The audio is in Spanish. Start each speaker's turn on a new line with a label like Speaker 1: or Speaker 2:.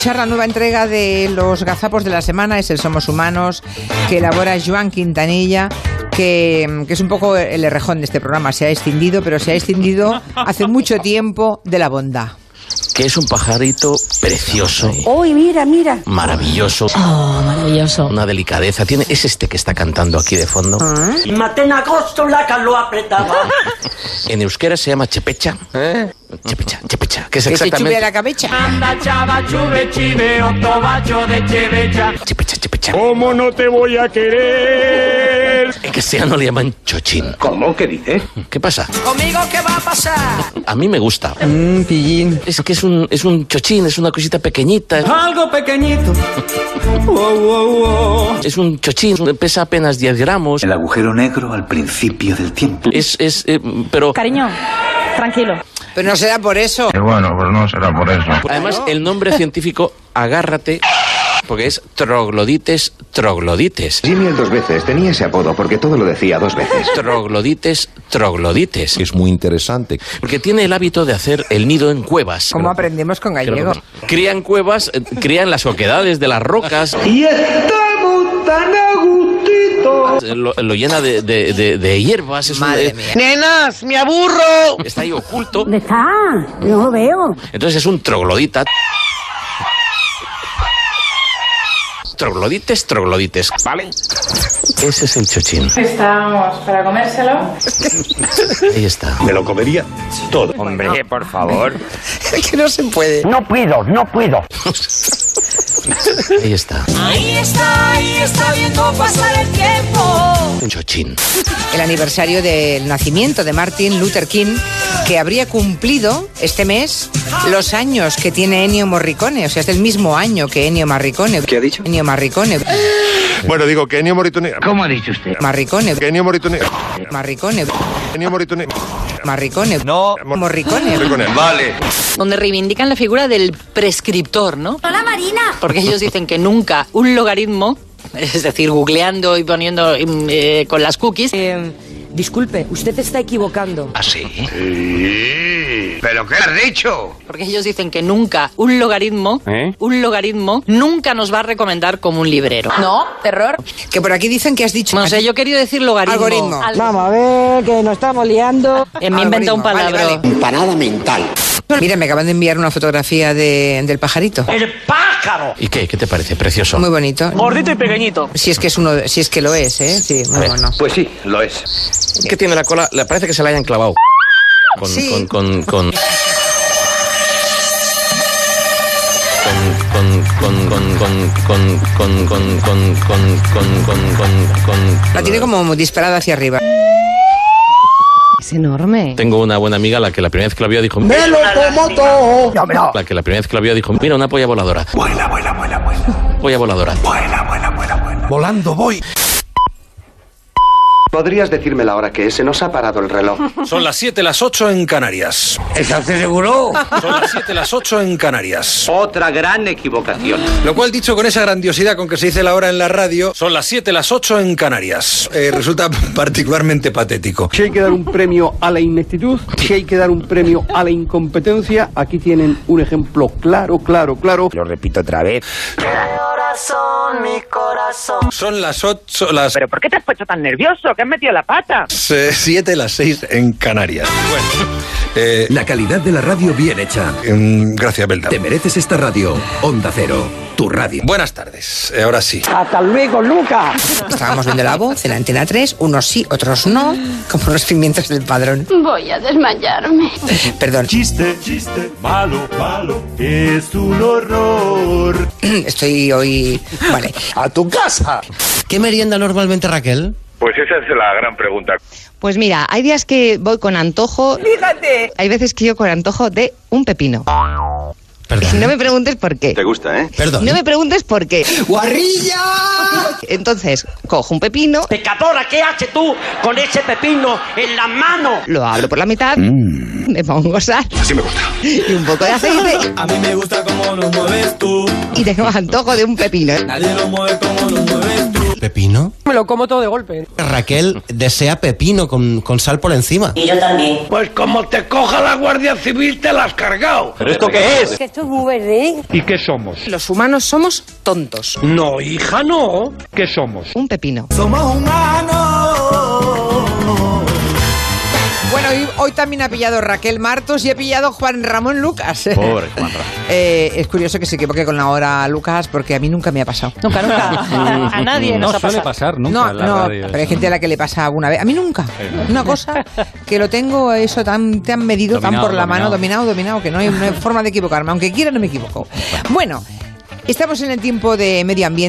Speaker 1: escuchar la nueva entrega de los gazapos de la semana, es el Somos Humanos, que elabora Joan Quintanilla, que, que es un poco el errejón de este programa. Se ha extendido, pero se ha extendido hace mucho tiempo de la bondad.
Speaker 2: Que es un pajarito precioso,
Speaker 3: Uy, mira, mira.
Speaker 2: maravilloso,
Speaker 4: Oh, maravilloso.
Speaker 2: una delicadeza. Tiene, es este que está cantando aquí de fondo.
Speaker 5: Y maté en agosto la que lo apretaba.
Speaker 2: En euskera se llama chepecha. Chepecha, chepecha. Que es
Speaker 1: Que se chupe a
Speaker 2: exactamente.
Speaker 1: la cabeza.
Speaker 2: Chepecha, chepecha.
Speaker 6: ¿Cómo no te voy a querer?
Speaker 2: En castellano le llaman chochín.
Speaker 7: ¿Cómo? ¿Qué dices?
Speaker 2: ¿Qué pasa? ¿Conmigo qué va a pasar? A mí me gusta. Es que es un, es un chochín, es una cosita pequeñita.
Speaker 5: Algo pequeñito.
Speaker 2: Es un chochín, pesa apenas 10 gramos.
Speaker 7: El agujero negro al principio del tiempo.
Speaker 2: Es, es, eh, pero
Speaker 4: Cariño, tranquilo.
Speaker 1: Pero no será por eso.
Speaker 8: Y bueno, pues no será por eso.
Speaker 2: además el nombre científico, agárrate, porque es troglodites troglodites.
Speaker 8: Jimmy el dos veces tenía ese apodo porque todo lo decía dos veces.
Speaker 2: Troglodites troglodites.
Speaker 9: Es muy interesante.
Speaker 2: Porque tiene el hábito de hacer el nido en cuevas.
Speaker 1: ¿Cómo
Speaker 2: Creo-
Speaker 1: aprendemos con
Speaker 2: creo que-
Speaker 1: gallego?
Speaker 2: Crían cuevas, eh, crían las oquedades de las rocas.
Speaker 7: Y estamos tan a gustito.
Speaker 2: Eh, lo, lo llena de, de- de- de hierbas. Es un-
Speaker 1: Madre
Speaker 2: eh,
Speaker 1: mía.
Speaker 5: Nenas, me aburro.
Speaker 2: Está ahí oculto.
Speaker 3: ¿Dónde está? No lo veo.
Speaker 2: Entonces es un troglodita. Troglodites, troglodites. ¿Vale? Ese es el chochín.
Speaker 10: Estamos para comérselo.
Speaker 2: Ahí está.
Speaker 6: Me lo comería todo. Hombre, por favor.
Speaker 1: que no se puede.
Speaker 5: No puedo, no puedo.
Speaker 2: Ahí está.
Speaker 3: Ahí está, ahí está viendo pasar el tiempo.
Speaker 2: Un chochín.
Speaker 1: El aniversario del nacimiento de Martin Luther King, que habría cumplido este mes los años que tiene Ennio Morricone. O sea, es del mismo año que Ennio Morricone.
Speaker 7: ¿Qué ha dicho?
Speaker 1: Ennio Morricone.
Speaker 6: Bueno, digo que Ennio Morricone...
Speaker 7: ¿Cómo ha dicho usted?
Speaker 1: Morricone.
Speaker 6: Que Ennio Morricone...
Speaker 1: Morricone.
Speaker 6: Ennio Morricone...
Speaker 1: Morricone.
Speaker 7: No.
Speaker 1: Morricone.
Speaker 6: Morricone.
Speaker 7: Vale.
Speaker 4: Donde reivindican la figura del prescriptor, ¿no?
Speaker 3: Hola, Marina.
Speaker 4: Porque ellos dicen que nunca un logaritmo, es decir, googleando y poniendo eh, con las cookies,
Speaker 10: disculpe, usted está equivocando.
Speaker 2: ¿Ah,
Speaker 7: ¿Así? Sí. ¿Pero qué has dicho?
Speaker 4: porque ellos dicen que nunca un logaritmo, un logaritmo, nunca nos va a recomendar como un librero.
Speaker 10: No, terror.
Speaker 1: Que por aquí dicen que has dicho.
Speaker 4: No sé, yo he querido decir logaritmo.
Speaker 1: Algoritmo.
Speaker 4: Al-
Speaker 10: Vamos a ver, que nos estamos liando.
Speaker 4: Eh, me he inventado un
Speaker 1: Algoritmo, vale,
Speaker 4: palabra.
Speaker 1: vale. Mira, me acaban de enviar una fotografía de- del pajarito.
Speaker 5: El pájaro.
Speaker 2: ¿Y qué? ¿Qué te parece? Precioso.
Speaker 1: Muy bonito.
Speaker 5: Gordito y pequeñito.
Speaker 1: Si es que es uno, si es que lo es, ¿eh? Sí, muy
Speaker 2: ver.
Speaker 1: bueno.
Speaker 7: Pues sí, lo es.
Speaker 2: ¿Qué tiene la cola? Le parece que se la hayan clavado. Con,
Speaker 1: Sí.
Speaker 2: con, con, con, con, con, con, con, con, con, con, con, con, con, con, con, con, con-
Speaker 1: La tiene como disparada hacia arriba.
Speaker 4: Es enorme.
Speaker 2: Tengo una buena amiga la que la primera vez que la vio dijo, "Mira",
Speaker 5: lo como todo.
Speaker 2: la que la primera vez que la vio dijo, mira una polla voladora,
Speaker 7: Vuela, vuela, vuela, vuela.
Speaker 2: polla voladora.
Speaker 7: Vuela, vuela, vuela, vuela.
Speaker 6: Volando voy.
Speaker 8: ¿Podrías decirme la hora que es? Se nos ha parado el reloj.
Speaker 6: Son las 7, las 8 en Canarias.
Speaker 7: ¿Estás seguro?
Speaker 6: Son las 7, las 8 en Canarias.
Speaker 7: Otra gran equivocación.
Speaker 6: Lo cual dicho con esa grandiosidad con que se dice la hora en la radio, son las 7, las 8 en Canarias. Eh, resulta particularmente patético.
Speaker 5: Si hay que dar un premio a la ineptitud, si hay que dar un premio a la incompetencia, aquí tienen un ejemplo claro, claro, claro.
Speaker 6: Lo repito otra vez. Son las 8, las
Speaker 10: ¿Pero por qué te has puesto tan nervioso? ¿Qué has metido la pata?
Speaker 6: 7, las 6 en Canarias. Bueno, eh,
Speaker 7: La calidad de la radio bien hecha.
Speaker 6: mm, gracias, Belda.
Speaker 7: mereces esta radio. Onda Cero, tu radio.
Speaker 6: Buenas tardes, eh, ahora sí.
Speaker 5: Hasta luego, Lucas.
Speaker 1: Estábamos viendo la voz en la antena 3, unos sí, otros no, como los pimientos del padrón.
Speaker 3: Voy a desmayarme.
Speaker 1: Perdón,
Speaker 6: Chiste, chiste, malo, malo, es un horror.
Speaker 1: estoy hoy. Vale.
Speaker 6: ¡A tu casa!
Speaker 4: ¿Qué merienda normalmente Raquel?
Speaker 6: Pues esa es la gran pregunta.
Speaker 4: Pues mira, hay días que voy con antojo. Fíjate. Hay veces que yo con antojo de un pepino.
Speaker 9: Perdón.
Speaker 4: me preguntes por qué.
Speaker 7: Te gusta, ¿eh?
Speaker 9: Perdón.
Speaker 4: me preguntes por qué. ¡Guarrilla! Entonces, cojo un pepino,
Speaker 5: Pecadora, ¿qué haces tú con ese pepino en la mano?
Speaker 4: lo abro por la mitad,
Speaker 5: Mm.
Speaker 4: me pongo sal
Speaker 7: Así me gusta.
Speaker 4: y un poco de aceite
Speaker 5: A mí me gusta cómo lo mueves tú.
Speaker 4: y tengo antojo de un pepino.
Speaker 5: Nadie lo mueve como lo mueves tú.
Speaker 11: ¿Pepino?
Speaker 3: Me lo como todo de golpe.
Speaker 11: Raquel desea pepino con, con sal por encima.
Speaker 3: también.
Speaker 5: Pues como te coja la Guardia Civil, te la has cargado. ¿Pero esto qué es?
Speaker 3: esto es ¿eh? muy verde.
Speaker 5: ¿Y qué somos?
Speaker 3: Los humanos somos tontos.
Speaker 5: No, hija, no. ¿Qué somos?
Speaker 3: Un pepino.
Speaker 5: Somos humanos.
Speaker 1: Bueno, hoy, hoy también ha pillado Raquel Martos y ha pillado Juan Ramón Lucas.
Speaker 10: Pobre Juanra.
Speaker 1: Eh, es curioso que se equivoque con la hora Lucas porque a mí nunca me ha pasado.
Speaker 12: Nunca, nunca. A nadie nos
Speaker 10: no
Speaker 12: ha
Speaker 10: suele
Speaker 12: pasado.
Speaker 10: pasar nunca
Speaker 1: No,
Speaker 10: en la
Speaker 1: no,
Speaker 10: radio
Speaker 1: pero hay
Speaker 10: eso,
Speaker 1: gente a la que le pasa alguna vez. A mí nunca. Una cosa que lo tengo eso tan, tan medido, tan
Speaker 10: Dominado,
Speaker 1: por la mano,
Speaker 10: dominado.
Speaker 1: dominado, dominado, que no hay, no hay forma de equivocarme. Aunque quiera, no me equivoco. Bueno, estamos en el tiempo de medio ambiente.